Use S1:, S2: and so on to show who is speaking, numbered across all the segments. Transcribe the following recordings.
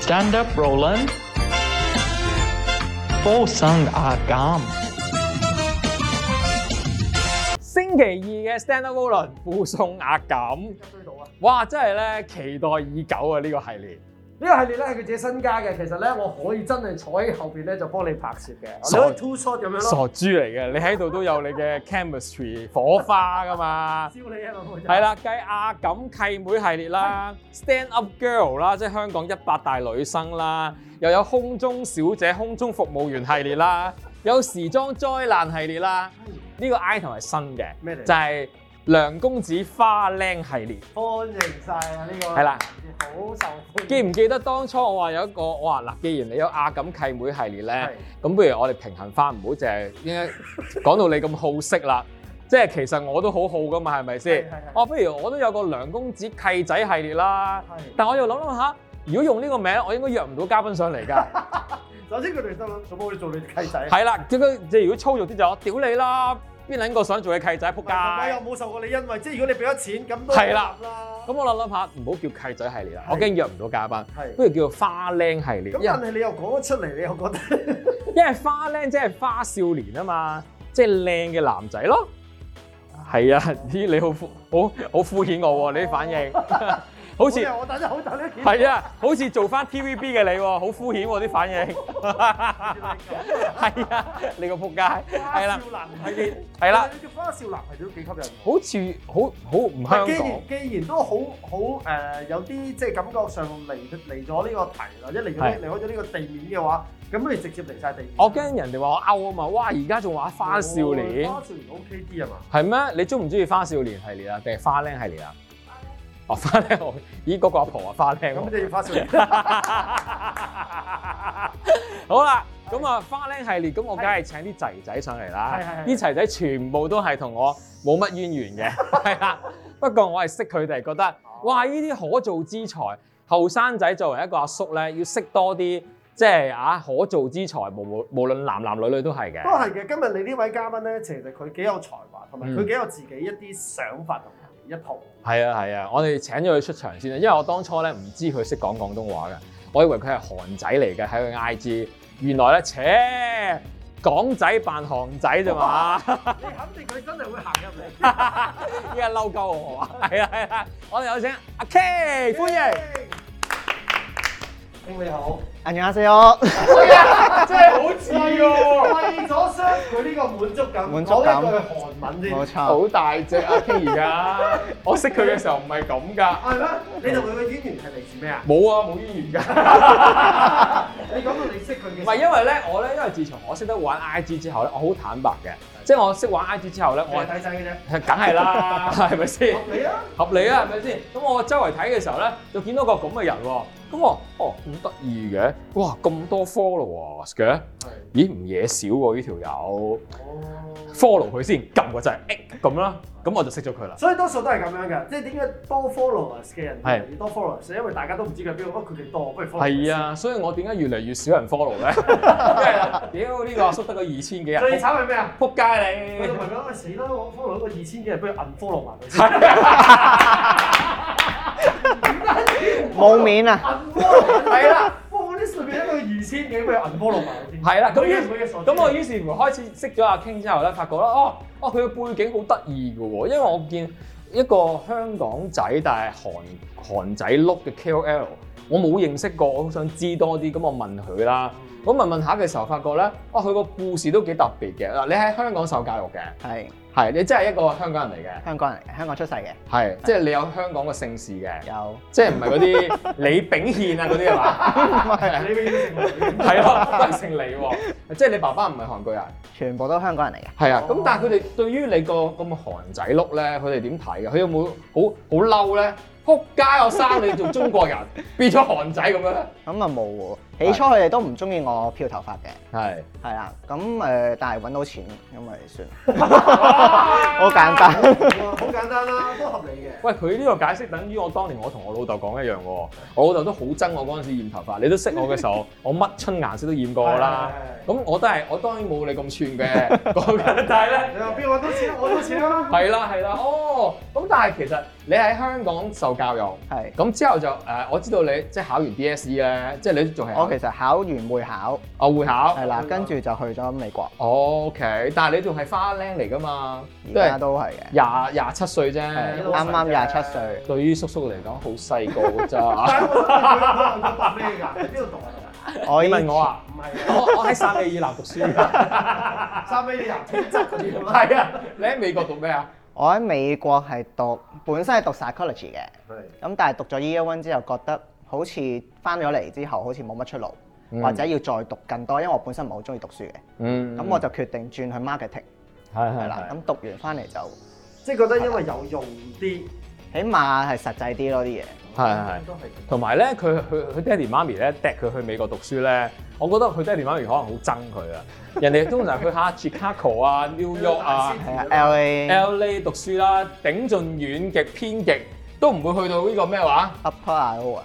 S1: Stand up, Roland。附送阿減，
S2: 星期二嘅 Stand Up Roland 附送壓減，
S3: 追到啊！
S2: 哇！真係咧期待已久啊呢、個系列，
S3: 呢個系列咧係佢自己身家嘅，其實咧我可以真係坐喺後邊咧就幫你拍攝嘅，
S2: 傻
S3: 我哋可以 two shot 咁樣
S2: 傻
S3: 咯，
S2: 豬嚟嘅，你喺度都有你 嘅 chemistry 火花噶嘛。
S3: 燒你啊嘛，
S2: 係，啦，繼阿錦契妹系列啦，Stand Up Girl 啦，即係香港一百大女生啦，又有空中小姐、空中服務員系列啦，有時裝災難系列啦。呢、個 item 係新嘅，
S3: 咩嚟
S2: 就係梁公子花靚系列。
S3: 歡迎晒啊呢個
S2: 係啦，
S3: 好受歡迎，
S2: 記唔記得當初我話有一個，我話嗱，既然你有阿錦契妹系列咧
S3: 係，
S2: 咁不如我哋平衡翻，唔好淨係應該講到你咁好色啦。即係其實我都好好噶嘛，係咪
S3: 係
S2: 先
S3: 係係？
S2: 哦，不如我都有個梁公子契仔系列啦
S3: 係。
S2: 但我又諗諗下，如果用呢個名，我應該約唔到嘉賓上嚟㗎。
S3: 首先佢哋心諗做乜會做你契仔？
S2: 係啦，點解即係如果粗俗啲就我屌你啦，邊撚個想做你契仔，仆
S3: 我又
S2: 街！
S3: 冇受過你恩惠，即係如果你俾咗錢啊咁都
S2: 係啦
S3: 得啦
S2: 咁。我諗諗下，唔好叫契仔系列啦，
S3: 係
S2: 我驚約唔到嘉賓，
S3: 係
S2: 不如叫花靚系列。
S3: 咁
S2: 因
S3: 啊
S2: 為
S3: 但係你又講得出嚟，你又覺得
S2: 因為花靚即係花少年啊嘛，即係靚嘅男仔咯。係啊， 咦你好敷好好敷衍我喎、你啲反應， 好似
S3: 我等咗 好等咗幾
S2: 係啊，好似做翻 TVB 嘅你喎、好敷衍喎、啲反應。 係啊，你個仆街，係啦
S3: 花，少男
S2: 係係啦，
S3: 你叫花少男係都幾吸引。
S2: 好似好好唔香
S3: 但既
S2: 港
S3: 然。既然都好好誒、呃有啲即係感覺上離離咗呢個題啦，一嚟咗
S2: 係
S3: 呢離開咗呢個地面嘅話，咁不如直接離晒地面。
S2: 我驚人哋話我勾啊嘛，哇！而家仲玩花少年，
S3: 花少年 OK 啲啊嘛？
S2: 係咩？你中唔中意花少年系列啊？定係花靚系列啊？哦，花靚我，咦嗰、個阿婆啊，花靚
S3: 咁
S2: 喎。
S3: 你要花 少年
S2: 好啦，咁啊花靚系列，咁我梗係請啲仔仔上嚟啦
S3: 係係。係
S2: 啲仔仔全部都係同我冇乜淵源 嘅，係啦。不過我係識佢哋，覺得哇！呢啲可造之才，後生仔作為一個阿叔咧，要識多啲，即係啊可造之才，無無無論男男女女都係嘅。
S3: 都係嘅。今日你呢位嘉賓咧，其實佢幾有才華，同埋
S2: 嗯
S3: 佢幾有自己一啲想法同埋 一套。
S2: 係啊係啊，我哋請咗佢出場先啊，因為我當初咧唔知佢識講廣東話嘅，我以為佢係韓仔嚟嘅喺佢 IG，原來咧，切港仔扮韓仔咋 嘛，
S3: 你肯定佢真係會行入嚟。
S2: 依家嬲鳩我啊， 係啊係啊，我哋有請阿 K，歡迎，
S3: 兄你好。
S4: 안녕하세요
S2: 真係好似
S3: 為咗 s 佢呢個滿足感，
S4: 滿足感
S3: 講一句韓文先。
S4: 冇錯，
S2: 好大隻阿 K 而家，我識佢嘅時候唔係咁㗎，
S3: 係咩？你同佢嘅淵源係嚟自咩啊？
S2: 冇啊冇淵源㗎。
S3: 你講到你識佢嘅，
S2: 唔係因為咧，我咧因為自從我識得玩 IG 之後咧，我好坦白嘅，即係我識玩 IG 之後咧，
S3: 我
S2: 我
S3: 係睇晒嘅啫。
S2: 梗係啦， 係咪先？
S3: 合理啊！
S2: 合理啊，係咪先？咁我周圍睇嘅時候咧，就見到個咁嘅人喎。咁我哦咁得意嘅，哇咁多 followers 嘅，咦唔嘢少喎呢條友
S3: 哦，
S2: ，follow 佢先，撳個掣，誒咁啦，咁我就識咗佢啦。
S3: 所以多數都係咁樣嘅，即係點解多 followers 嘅人越
S2: 係
S3: 嚟越多 followers，因為大家都唔知佢係邊個，不過佢哋多，不如 follow。
S2: 係，啊，所以我點解越嚟越少人 follow 咧？因為屌呢個阿叔得個二千幾人，
S3: 最慘係咩啊？
S2: 仆街
S3: 佢
S2: 你
S3: 就！問緊：喂死啦，我 follow 咗二千幾人，不如 unfollow 埋佢
S2: 係
S3: 先。
S4: 冇面啊！
S3: unfollow
S2: 係啦，
S3: follow list 裏邊一個二千幾，不如 unfollow 埋佢先。
S2: 係啦，咁於
S3: 佢嘅佢嘅所知
S2: 咁我於是乎開始識咗阿 King 之後咧，發覺啦，哦，哦佢嘅背景好得意嘅喎，因為我見一個香港仔但係韓韓仔碌嘅 KOL，我冇認識過，我好想知多啲，咁我問佢啦。
S3: 嗯
S2: 咁問問下嘅時候，發覺咧，哦佢個故事都幾特別嘅。嗱，你喺香港受教育嘅，
S4: 係
S2: 係你真係一個香港人嚟嘅，
S4: 香港人嚟嘅，香港出世嘅，
S2: 係即係你有香港嘅姓氏嘅，
S4: 有
S2: 即係唔係嗰 啲李炳憲啊嗰啲係嘛？
S3: 你永遠成為
S2: 係咯，都係姓李喎，即係你爸爸唔係韓國人。
S4: 全部都香港人嚟嘅。
S2: 係啊，咁
S3: 哦
S2: 但係佢哋對於你個咁嘅韓仔碌咧，佢哋點睇嘅？佢有冇好好嬲咧？撲街！我生你做中國 人，變咗韓仔咁樣咧？
S4: 咁啊冇喎，起初佢哋都唔中意我漂頭髮嘅，
S2: 係
S4: 係啦。咁誒、呃但係揾 到錢，咁咪算啦，好簡單。
S3: 好簡單啦，都合理嘅。
S2: 喂，佢呢個解釋等於我當年我同我老豆講一樣喎。哦我老豆都好憎我嗰陣時染頭髮，你都識我嘅時候， 我乜春顏色都染過啦。咁我都係，我當然冇你咁串嘅， 講緊但係咧。
S3: 你話邊個都錢，我都錢啦。
S2: 係啦係啦，哦，咁但係其實你喺香港受教育，
S4: 係。
S2: 咁之後就誒、呃我知道你即係考完 DSE 咧，即係你都仲係
S4: 我其實考完會考，
S2: 我會考
S4: 係啦，跟住就去咗美國，
S2: ，OK，但係你仲係花靚嚟㗎嘛，
S4: 而
S2: 都
S4: 家
S2: 係
S4: 都係嘅，
S2: 廿廿七歲啫
S4: 係
S3: 都，
S4: 啱啱廿七歲。
S2: 對於叔叔嚟講好細個咋，
S3: 但係我讀咩㗎？邊度讀啊？
S4: 我
S2: 你
S4: 以
S2: 問我啊？
S3: 唔係啊，
S2: 我我喺薩美爾南讀書㗎，
S3: 三尾人天質嗰啲咁 啦。
S2: 係啊，你喺美國讀咩啊？
S4: 我喺美國係讀本身係讀 psychology 嘅，咁但係讀咗 Year One 之後覺得好似翻咗嚟之後好似冇乜出路，
S2: 嗯
S4: 或者要再讀更多，因為我本身唔係好中意讀書嘅，
S2: 嗯
S4: 咁我就決定轉去 marketing
S2: 係
S4: 係啦，，咁讀完翻嚟就
S3: 即係覺得因為有用啲，
S4: 起碼係實際啲咯啲嘢，
S2: 係係係。
S3: 都係。
S2: 同埋咧，佢佢佢爹哋媽咪咧，掟佢去美國讀書咧，我覺得佢爹哋媽咪可能好憎佢 啊。人哋通常去下 Chicago 啊、New York 啊、
S4: 係啊 LA
S2: LA 讀書啦，頂盡遠極偏極都唔會去到呢個咩話？
S4: Upper 啊 Iowa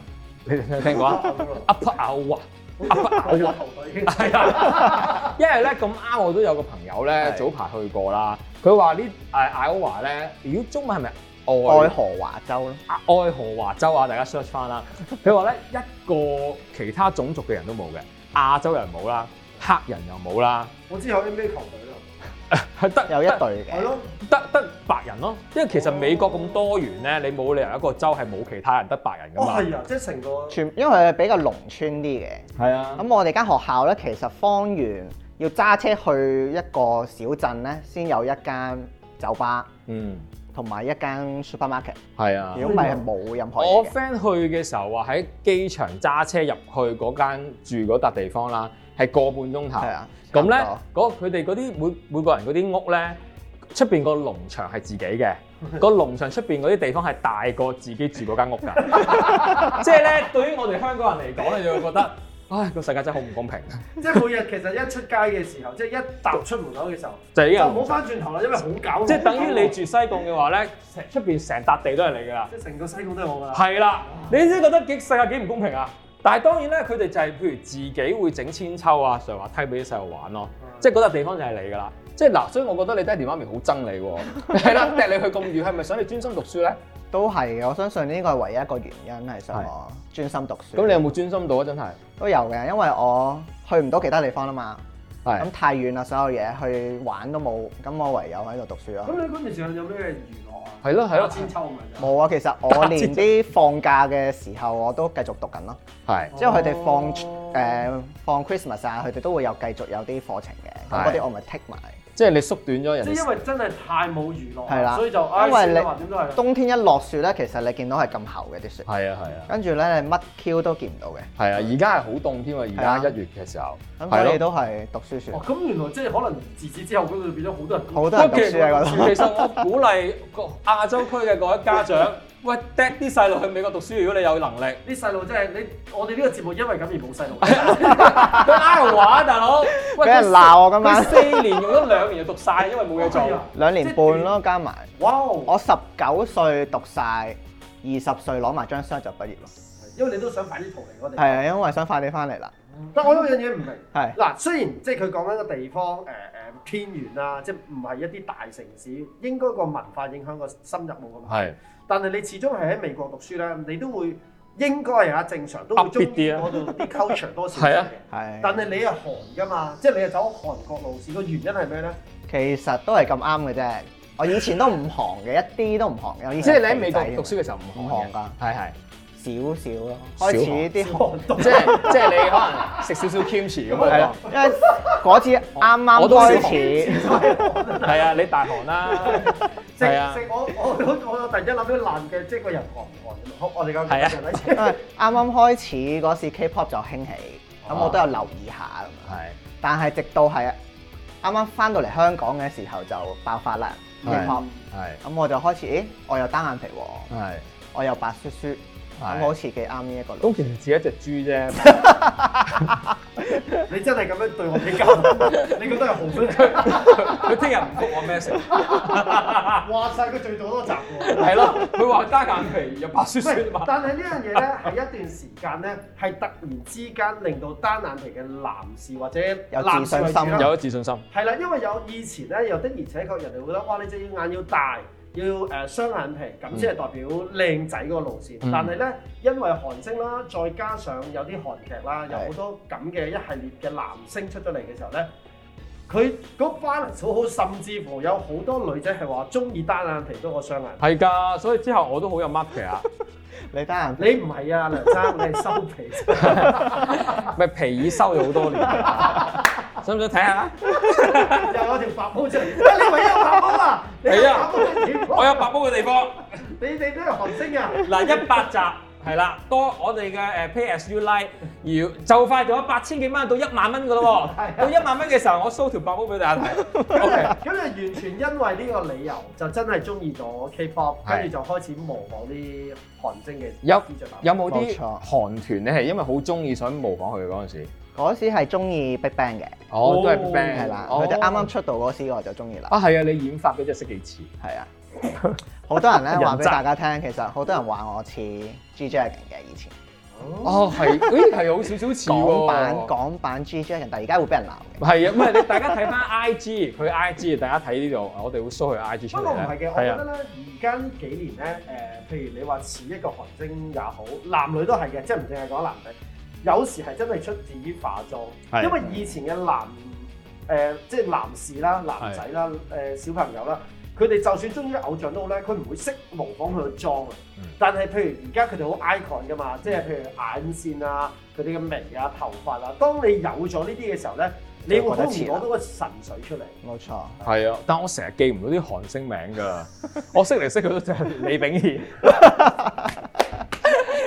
S2: 你哋聽過啊？Upper Iowa。
S3: 我有頭已經。
S2: 係啊，因為咧咁啱我都有個朋友咧
S4: 係
S2: 早排去過啦，佢話呢誒 Iowa 咧，如果中文係咪
S4: 愛荷華州咯，
S2: 愛荷華州啊，大家 search 翻啦。佢話咧一個其他種族嘅人都冇嘅，亞洲人冇啦，黑人又冇啦，
S3: 我知有 NBA 球隊啊啦。
S2: 係得
S4: 有一
S2: 得
S4: 隊
S3: 係
S4: 嘅，
S3: 咯，
S2: 得得白人咯。因為其實美國咁多元咧，你冇理由一個州係冇其他人得白人噶
S3: 哦
S2: 嘛。
S3: 係啊，即係成個。
S4: 全因為佢比較農村啲嘅。
S2: 係啊，
S4: 咁我哋間學校咧，其實方圓要揸車去一個小鎮咧，先有一間酒吧
S2: 嗯，
S4: 同埋一間 supermarket。
S2: 係啊。
S4: 如果唔係，係冇任何
S2: 我
S4: 嘢嘅。
S2: friend 去嘅時候話喺機場揸車入去嗰間住嗰笪地方啦，係個半鐘頭。
S4: 係啊，
S2: 咁
S4: 差
S2: 咧
S4: 唔，
S2: 嗰佢哋嗰啲每每個人嗰啲屋咧，出邊個農場係自己 嘅，個農場出邊嗰啲地方係大過自己住嗰間屋㗎。 即係咧，對於我哋香港人嚟講，你就會覺得，唉，個世界真係好唔公平。
S3: 即係每日其實一出街嘅時候，即係一踏出門口嘅時候，
S2: 就係呢
S3: 就
S2: 樣
S3: 唔好翻轉頭啦，因為好搞
S2: 即係等於你住西貢嘅話咧，成出邊成笪地都係你㗎啦。
S3: 即係成個西貢都係我㗎啦。
S2: 係啦，你先覺得幾世界幾唔公平啊！但係當然咧，佢哋就係譬如自己會整千秋啊、上滑梯俾啲細路玩咯，即係嗰笪地方就係你㗎啦。即係嗱，所以我覺得你爹哋媽咪好憎你喎，係啦，掟你去咁遠，係咪想你專心讀書咧？
S4: 都係嘅。我相信呢個係唯一一個原因係想我專心讀書。
S2: 咁你有冇專心到啊？真係
S4: 都有嘅，因為我去唔到其他地方啦嘛。
S2: 係
S4: 咁太遠啦，所有嘢去玩都冇，咁我唯有喺度讀書
S3: 咁
S2: 嗯
S4: 咯。
S3: 你嗰段時間有咩娛樂啊？
S2: 係咯係
S3: 打
S2: 咯
S3: 千秋咪就係。
S4: 冇啊，其實 我連啲放假嘅時候我都繼續讀緊咯。
S2: 係
S4: 之後佢哋放誒、
S3: 哦
S4: 放 Christmas 啊，佢哋都會有繼續有啲課程嘅，
S2: 係
S4: 咁嗰啲我咪 take 埋。
S2: 即係你縮短咗人
S3: 即係因
S2: 哋
S3: 為真係太冇娛樂，
S4: 係啦
S3: 所以就唉，
S4: 因為
S3: 算啦
S4: 你
S3: 橫掂都係啦。
S4: 冬天一落雪咧，其實你見到係咁厚嘅啲雪，
S2: 係啊係啊
S4: 跟住咧你乜 Q 都見唔到嘅，
S2: 係啊！而家係好凍添啊！而
S4: 係
S2: 家
S4: 啊
S2: 一月嘅時候
S4: 咁所以
S2: 咯。
S4: 都係讀書算
S3: 哦，。咁原來即係可能自此之後嗰度變咗好多人。
S4: 好多人讀書喺嗰度，
S2: 其實我鼓勵個亞洲區嘅各位家長，喂，掟啲細路去美國讀書，如果你有能力。
S3: 啲細路真係你，我哋呢個節目因為咁而冇細路。
S2: 佢拉人玩，大佬，喂
S4: 俾人鬧啊我今晚
S2: 佢四佢四年用咗兩年就讀晒，因為冇嘢做。
S4: 兩年半咯加埋。
S3: 哇！哦
S4: 我十九歲讀晒，二十歲攞埋張 cert 就畢業咯。
S3: 因為你都想快啲逃離我哋。
S4: 係啊，因為想快啲翻嚟啦。
S3: 但我有樣嘢唔明。
S4: 係
S3: 嗱，雖然即係佢講緊個地方誒誒、偏遠啦，即係唔係一啲大城市，應該個文化影響個深入冇咁。
S2: 係
S3: 但係你始終係喺美國讀書咧，你都會應該係啊正常都會中
S2: Upbeat
S3: 意
S2: 啲啊
S3: 嗰度啲 culture 多少少
S2: 係啊
S3: 嘅。但
S4: 係，
S3: 係你係韓噶嘛，即係你係走韓國路線，個原因係咩咧？
S4: 其實都係咁啱嘅啫。我以前都唔行嘅，一啲都唔行嘅。我以
S2: 即
S4: 前
S2: 係
S4: 係
S2: 你喺美
S4: 肥
S2: 國
S4: 仔啊
S2: 讀書嘅時候唔
S4: 行
S2: 行
S4: 㗎
S2: 㗎，係係，
S4: 少少咯，
S2: 少
S4: 開始
S2: 學
S4: 啲
S3: 小
S4: 學
S3: 韓 國
S2: 即係即係你可能食少少 kimchi 咁
S4: 係
S2: 樣
S4: 啦，，因為嗰次啱
S2: 我
S4: 啱
S2: 都少
S4: 開
S2: 學
S4: 始，
S2: 係啊，你大韓啦，
S3: 食
S2: 係啊，
S3: 食我我我我突然間諗到爛嘅，即係個人韓唔韓咁好我哋
S2: 係
S3: 講
S2: 啊
S3: 人
S4: 因為啱啱開始嗰時 K-pop 就興起，咁我
S2: 啊
S4: 都有留意下咁樣。
S2: 係
S4: 但係直到係啱啱翻到嚟香港嘅時候就爆發啦
S2: 係
S4: K-pop，
S2: 係
S4: 咁我就開始，咦，我又單眼皮喎，
S2: 係
S4: 我又白雪雪，咁好似幾啱呢一個路。
S2: 宮崎似一隻豬啫，
S3: 你真係咁樣對我哋交，你覺得係好衰？
S2: 佢聽日唔覆我 message，
S3: 話晒佢最做多集喎。
S2: 係咯，佢話單眼皮又白雪雪
S3: 喂
S2: 嘛，，
S3: 但係呢樣嘢咧，係一段時間咧，係突然之間令到單眼皮嘅男士或者
S4: 有
S3: 男士
S4: 自信
S3: 為主
S4: 心
S3: 啦
S2: 有咗自信心，
S3: 係啦，因為有以前咧，又的而且確人哋會覺得哇，你隻眼要大，要誒、呃、雙眼皮，咁先係代表靚仔嗰個路線。
S2: 嗯
S3: 但係咧，因為韓星啦，再加上有啲韓劇啦，有好多咁
S2: 嗯
S3: 嘅一系列嘅男星出咗嚟嘅時候咧，佢嗰 balance 好好，甚至乎有好多女仔係話中意單眼皮多過雙眼皮。
S2: 係㗎，所以之後我都好有 mark 嘅啊，
S4: 你得閒
S3: 你唔係啊，梁生，你係收皮。
S2: 咪皮已收咗好多年，想唔想睇下？
S3: 又有條白毛出嚟，喂你咪有白毛啊？你有
S2: 係啊
S3: 白毛嘅地方
S2: 我有白毛嘅地方，
S3: 你哋都係韓星啊？
S2: 嗱一百集係啦，多我哋嘅誒 PSU Line 要就快咗八千幾蚊到一萬蚊㗎咯
S3: 係啊
S2: 喎，到一萬蚊嘅時候我 show 條白毛俾大家睇。
S3: 咁就咁就完全因為呢個理由，就真係中意咗 K-pop，
S2: 係
S3: 跟住就開始模仿啲韓星嘅
S2: 有
S3: 衣着打扮啊
S2: 有冇
S4: 冇
S2: 啲
S4: 錯
S2: 韓團咧係因為好中意想模仿佢哋嗰陣時？
S4: 嗰時係中意 BigBang 嘅，
S2: 哦，都係
S3: 哦
S2: band
S4: 係啦，佢哋啱啱出道嗰時我就中意啦。
S2: 啊係啊，你染髮嗰只識幾似？
S4: 係啊，好多人咧
S2: 人
S4: 話俾
S2: 渣
S4: 大家聽，其實好多人話我似 G Dragon 嘅以前
S2: 哦 係，咦係有少少似
S4: 港
S2: 喎。
S4: 版港版 G Dragon，但而家會俾人鬧嘅。
S2: 係啊，唔係你大家睇翻 I G，佢 I G 大家睇呢度，我哋會 show 佢 I G 出
S3: 不
S2: 嚟
S3: 過唔係嘅，
S2: 咧。
S3: 我覺
S2: 啊
S3: 得，咧，而家呢幾年咧，誒、譬如你話似一個韓星也好，男女都係嘅，即係唔淨係講男仔，有時係真係出自於化妝，
S2: 係
S3: 因為以前嘅男誒、即係男士啦、男仔啦、誒、小朋友啦，佢哋就算中意偶像都好咧，佢唔會識模仿佢嘅妝啊。
S2: 嗯
S3: 但係譬如而家佢哋好 icon 噶嘛，即係譬如眼線啊、佢哋嘅眉啊、頭髮啊，當你有咗呢啲嘅時候咧，你會
S4: 就
S3: 好
S4: 覺得
S3: 容易
S4: 似
S3: 攞
S4: 啦
S3: 到個神水出嚟。
S4: 冇錯，
S2: 係啊，但我成日記唔到啲韓星名㗎， 我識嚟識去都就係李炳憲。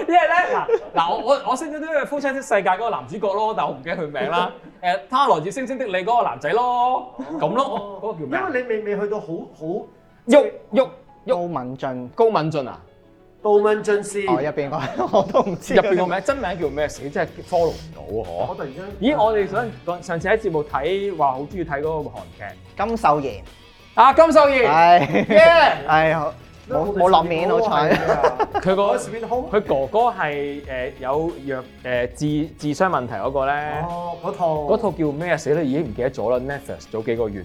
S2: 因為咧嗱嗱，我我我識咗啲《夫妻的世界》嗰個男主角咯，但我唔記得佢名 啦。誒，他來自星星的你嗰個男仔咯，咁咯，嗰個叫咩啊
S3: 哦 因？為你未未去到好好。
S2: 喐喐
S4: 高敏俊
S2: 高敏俊 啊！
S3: 杜汶俊是，
S4: 哦入邊個 我都唔知
S2: 入邊個名真名叫咩？死真係 follow 唔到
S3: 我
S2: 啊！
S3: 突然間，
S2: 嗬。咦，我哋想講上次喺節目睇話好中意睇嗰個韓劇
S4: 金秀賢，
S2: 啊，金秀賢，
S4: 係
S2: Yeah！
S4: 係好冇冇落面好彩，
S2: 佢
S3: 我
S2: 個
S3: Sweet Home，
S2: 佢哥哥係誒有弱誒智智商問題嗰個咧，
S3: 哦嗰套
S2: 嗰套叫咩啊？死啦，已經唔記得咗啦。Netflix 早幾個月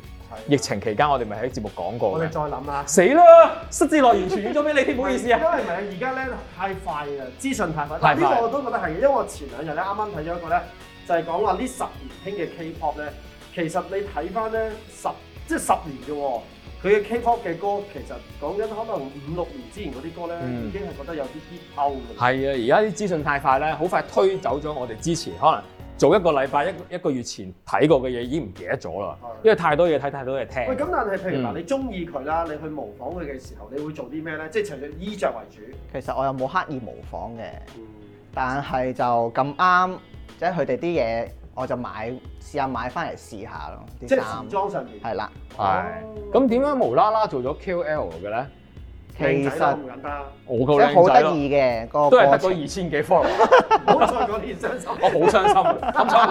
S2: 疫，情期間，我哋咪喺節目講過
S3: 我哋
S2: 嘅。
S3: 再諗啦。
S2: 死啦！失智樂園傳染咗俾你添，唔好意思啊。
S3: 因為唔係而家咧太快啦，資訊太快。
S2: 太快
S3: 嗱呢個我都覺得係嘅，因為我前兩日咧啱啱睇咗一個咧，就係講話呢十年興嘅 K-pop 咧，其實你睇翻咧十即係十年嘅喎，佢嘅 K-pop 嘅歌其實講緊可能五六年之前嗰啲歌咧，
S2: 嗯
S3: 已經係覺得有啲 hit out 㗎啦
S2: 係啊，而家啲資訊太快咧，好快推走咗我哋之前可能早一個禮拜、一個一個月前睇過嘅嘢已經唔記得咗啦，因為太多嘢睇、太多嘢聽。
S3: 喂，咁但係譬如嗱，
S2: 嗯
S3: 你中意佢啦，你去模仿佢嘅時候，你會做啲咩咧？即係除咗衣着為主，
S4: 其實我又冇刻意模仿嘅，
S3: 嗯，
S4: 但係就咁啱，即係佢哋啲嘢我就買試下買翻嚟試下咯，
S3: 即
S4: 啲
S3: 係
S4: 衫
S3: 時裝上面。
S4: 係啦。
S3: 哦
S2: 係咁點樣無啦啦做咗 QL 嘅咧？
S4: 其
S3: 靚仔
S4: 實
S3: 都唔簡單，
S2: 我
S4: 即
S2: 夠
S4: 係
S2: 靚
S4: 好
S2: 仔
S4: 得
S2: 咯，
S4: 意嘅個
S2: 都係
S4: 過
S2: 得個
S4: 程，
S2: 二千幾 follow，
S3: 唔好再講呢啲 傷心。
S2: 我
S4: 哦
S2: 好傷心，啊心傷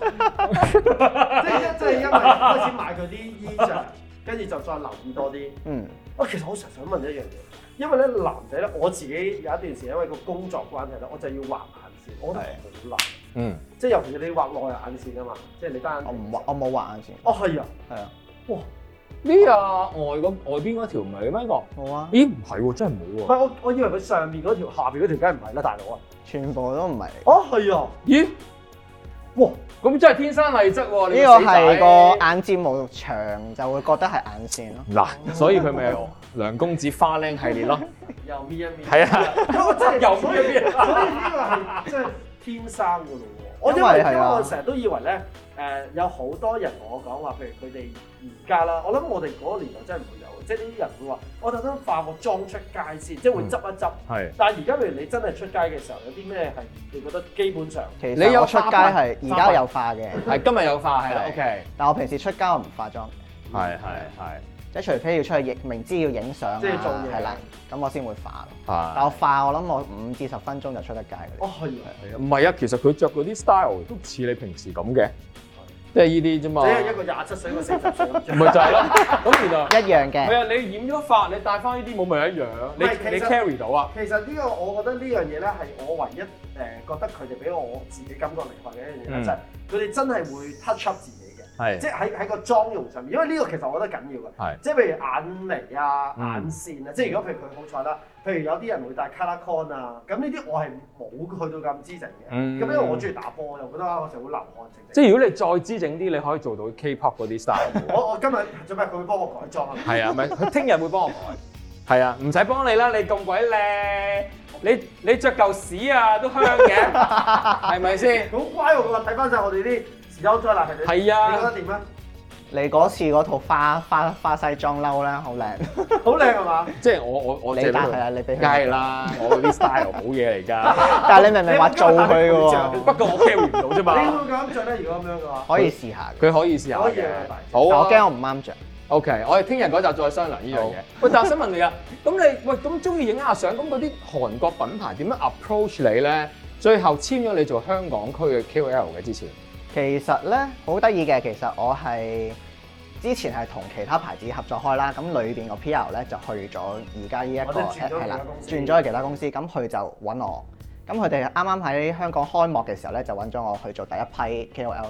S2: 埋。
S3: 即係即係因為開始買佢啲衣着，跟住就再留意多啲。
S4: 嗯，
S3: 我其實好常想問一樣嘢，因為咧男仔咧，我自己有一段時間因為個工作關係咧，我就要畫眼線，我覺得好難。
S2: 嗯，
S3: 即係尤其是你畫內眼線啊嘛，即係你單眼皮
S4: 我唔畫，我冇畫眼線，
S3: 哦係啊，
S4: 係啊，
S3: 哇！
S2: 呢個外個外邊嗰條唔係咩個？
S4: 冇啊，
S2: 咦，唔係喎，真係冇
S3: 唔
S2: 喎。
S3: 係我我以為佢上面嗰條，下邊嗰條梗係唔係啦，大佬啊！
S4: 全部都唔係。
S3: 哦係啊，
S2: 咦，
S3: 哇！
S2: 咁真係天生麗質喎！
S4: 呢
S2: 你
S4: 個
S2: 死仔
S4: 係個眼睫毛長就會覺得係眼線咯。
S2: 嗱， 所以佢咪有梁公子花靚系列咯。
S3: 又搣一搣，
S2: 係 啊
S3: 我真係
S2: 又搣
S3: 所以
S2: 一搣
S3: 所以呢個係真係天生嘅咯喎。我因為
S4: 因為係啊
S3: 因為我成日都以為咧，誒、有好多人同我講話，譬如佢哋而家啦，我諗我哋嗰個年代真係唔會有，即係呢啲人會話，我特登化個妝出街先，即係會執一執。
S2: 係。
S3: 但係而家譬如你真係出街嘅時候，有啲咩係你覺得基本上
S4: 其
S2: 你
S4: 實
S2: 有
S4: 我出街
S2: 化髮
S4: 係而家有化嘅，
S2: 係今日有化係啦
S4: 係
S2: ，OK，
S4: 但我平時出街我唔化妝嘅。
S2: 係係係。
S4: 即係除非要出去影，明知要影相啊
S3: 即係做嘢
S4: 係啦，咁我先會化咯。但
S2: 係
S4: 我化我諗我五至十分鐘就出得街嗰啲。
S3: 哦係啊，
S2: 唔係啊？其實佢着嗰啲 style 都似你平時咁嘅，即係呢啲啫嘛
S3: 即。係一個廿七歲，一個四十歲咁
S2: 咪
S3: 樣。
S2: 就係咯。咁原來
S4: 一
S2: 係
S4: 樣嘅，
S2: 啊，你染咗髮，你戴翻呢啲冇咪一樣？你
S3: 唔係其實
S2: 你 carry 到啊？
S3: 其實呢個我覺得呢樣嘢咧係我唯一誒覺得佢哋俾我自己感覺靈魂嘅一樣嘢
S2: 嗯
S3: 咧，就係佢哋真係會 touch up 自己嘅。
S2: 係
S3: 即係喺喺個妝容上面，因為呢個其實我覺得緊要嘅。
S2: 係
S3: 即係譬如眼眉啊、
S2: 嗯
S3: 眼線啊，即係如果譬如佢好彩啦，譬如有啲人會戴 color con 啊，咁呢啲我係冇去到咁知整嘅。咁、
S2: 嗯
S3: 因為我中意打波，又覺得啊我成日會流汗整整。
S2: 即係如果你再知整啲，你可以做到 K-pop 嗰啲 style 喎。
S3: 我我今日做咩？佢會幫我改裝啊？
S2: 係啊，咪佢聽日會幫我改。係啊，唔使幫你啦，你咁鬼靚，你你著嚿屎啊都香 嘅，係咪先？
S3: 好乖喎！佢話睇翻晒我哋啲有再男朋友，
S2: 係啊
S3: 你覺得點啊？
S4: 你嗰次嗰套花花花西裝褸啦，好靚。
S3: 好靚係嘛？
S2: 即係我我我
S4: 你
S2: 借俾
S4: 戴
S2: 佢
S4: 係啊，你俾
S2: 梗係
S4: 佢。
S2: 啦，我嗰啲 style 好嘢嚟 㗎，
S4: 但係你明明話做佢
S3: 你冇
S4: 嘅
S2: 不
S4: 喎，
S2: 過我 carry 唔到啫
S3: 你
S2: 嘛。
S3: 會唔會咁着咧？如果咁樣嘅話，
S4: 可以試下嘅。
S2: 佢可以試下
S3: 可
S2: 嘅
S3: 以啊大姐，
S2: 好
S4: 但
S2: 啊
S4: 我驚我唔啱着。
S2: OK，我哋聽日嗰集再商量呢樣嘢
S4: 好。
S2: 喂，但係我想問你啊，咁你喂咁中意影下相，咁嗰啲韓國品牌點樣 approach 你咧？最後簽咗你做香港區嘅 KOL 嘅之前，
S4: 其實咧好得意嘅，其實我係之前係同其他牌子合作開啦，咁裏邊個 PR 咧就去咗而家呢一
S3: 或
S4: 個
S3: 者轉咗
S4: 係
S3: 其
S4: 啦
S3: 他公，司
S4: 轉咗去其他公司，咁佢就揾我，咁佢哋啱啱喺香港開幕嘅時候咧就揾咗我去做第一批 KOL，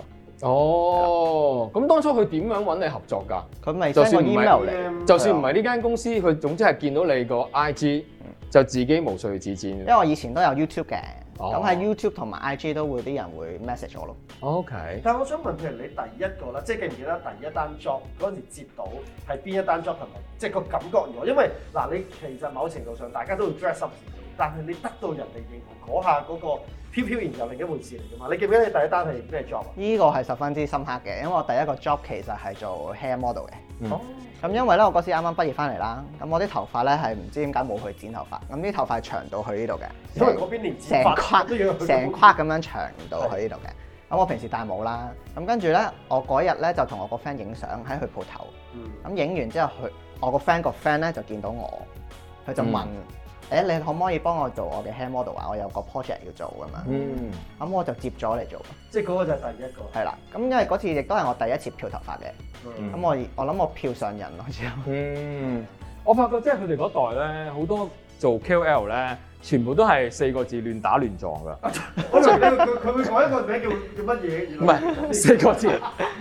S2: 哦，咁當初佢點樣揾你合作㗎？
S4: 佢咪
S2: 就
S4: send 個
S2: 算唔係
S4: email 嚟，
S3: 嗯
S2: 就算唔係呢間公司，佢總之係見到你個 IG 就自己無需自
S4: 因
S2: 薦。
S4: 為我以嗯前都有 YouTube 嘅，
S2: 哦
S4: 咁喺 YouTube 同埋 IG 都會啲人會 message 我咯，
S2: OK，
S3: 但係我想問，譬如你第一個啦，即係記唔記得第一單 job 嗰陣時接到係邊一單 job 同埋，即係個感覺如何？因為嗱，你其實某程度上大家都會 dress up 自己，但係你得到人哋認同嗰下嗰個飄飄然又另一回事嚟㗎嘛。你記唔記得你第一單係咩 job 啊？
S4: 呢個係十分之深刻嘅，因為我第一個 job 其實係做 hair model 嘅。
S2: 嗯
S3: 哦，
S4: 咁因為咧，我嗰時啱啱畢業翻嚟啦，咁我啲頭髮咧係唔知點解冇去剪頭髮，咁啲頭髮係長到去呢度嘅，
S3: 因為嗰邊連剪
S4: 成
S3: 髮
S4: 框
S3: 都要去
S4: 成框咁樣長到去呢度嘅。咁我平時戴帽啦，咁跟住咧，我嗰日咧就同我個 friend 影相喺佢鋪頭，
S3: 嗯
S4: 咁影完之後佢我個 friend 個 friend 咧就見到我，佢就問：誒、
S2: 嗯
S4: 你可唔可以幫我做我嘅 hair model 啊？我有個 project 要做咁樣，
S2: 嗯，
S4: 咁我就接咗嚟做，
S3: 即係嗰個就係第一個。
S4: 係啦。咁因為嗰次亦都係我第一次漂頭髮嘅，
S2: 嗯
S4: 咁我我諗我漂上人咯 之後。
S2: 嗯，我發覺即係佢哋嗰代咧，好多做 KOL 咧，全部都係四個字亂打亂撞㗎。
S3: 我以為你會佢佢會改一個名叫叫乜嘢？原
S2: 唔
S3: 來
S2: 係四個字，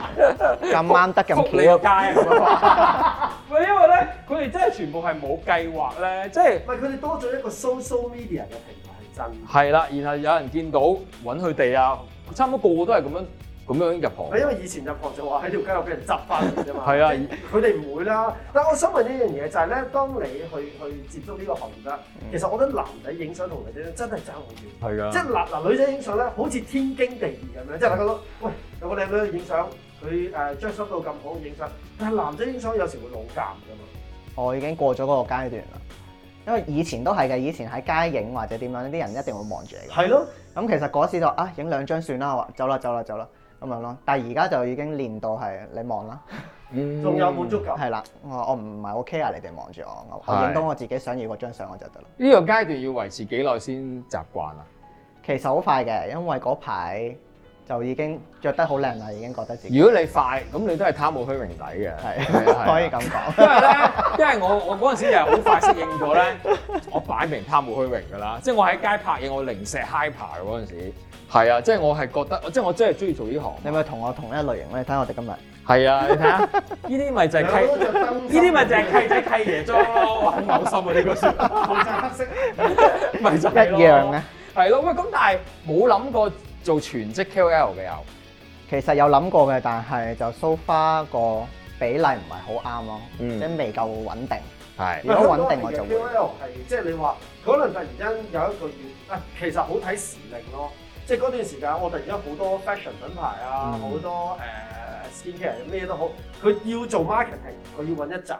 S4: 咁啱得咁巧
S2: 福你個街啊咁樣話。喂，因為咧，佢哋真係全部係冇計劃咧，即係
S3: 唔係佢哋多咗一個 social media 嘅平台係真。
S2: 係啦。然後有人見到揾佢哋啊，差唔多個個都係咁樣咁樣入行。
S3: 因為以前入行就話喺條街度俾人執翻嚟啫嘛。
S2: 係啊
S3: 即佢哋唔會啦。但係我想問一樣嘢就係咧，當你去去接觸呢個行業啦，
S2: 嗯
S3: 其實我覺得男仔影相同女仔真係爭好遠。
S2: 係啊㗎
S3: 即係嗱嗱女仔影相咧，好似天經地義咁樣，即係大家都喂有個靚女影相，佢誒將心到咁好影相，但係男仔影相有時會老尷㗎嘛。
S4: 我已經過咗嗰個階段啦。因為以前都係嘅，以前喺街影或者點樣，啲人一定會望住你嘅。
S3: 係咯，
S4: 咁其實嗰時就啊，影兩張算啦，我話走啦走啦走啦咁樣咯。但係而家就已經練到係你望啦，
S2: 嗯
S3: 仲有滿足感。
S4: 係啦，我話我唔係 OK 啊，你哋望住我，我
S2: 係
S4: 我影到我自己想要嗰張相我就得啦。
S2: 呢個階段要維持幾耐先習慣啊？
S4: 其實好快嘅，因為嗰排就已經着得好靚啦，已經覺得自己
S2: 如果你快，咁你都係貪慕虛榮底嘅，
S4: 係
S2: 係 啊
S4: 可以。咁
S2: 因
S4: 講。
S2: 為咧，因為我我嗰陣時就係好快適應咗咧，我擺明貪慕虛榮㗎啦，即係我喺街拍嘢，我零舍 high 爬嗰陣時，係啊，即係我係覺得，即係我真係中意做呢行。
S4: 你咪同我同一類型咧，你睇我哋今日
S2: 係啊，你睇 下，呢啲咪就係
S3: 有好
S2: 契，
S3: 多隻燈
S2: 呢啲咪就係契 仔契爺裝咯，哇好嘔心啊！呢個笑，
S3: 紅橙黑色。
S2: 咪就係咯
S4: 一樣嘅。。
S2: 係咯，喂，咁但係冇諗過做全職 KOL 嘅又。
S4: 其實有諗過嘅，但係就 so far 個比例唔係好啱咯，
S2: 嗯
S4: 即係未夠穩定。
S2: 係
S4: 如果穩定我就會
S3: KOL 係即係你話，可能突然間有一個月啊，其實好睇時令咯。即係嗰段時間，我突然間好多 fashion 品牌啊，
S2: 嗯
S3: 好、多誒 skincare 咩都好，佢要做 marketing，佢要揾一紮。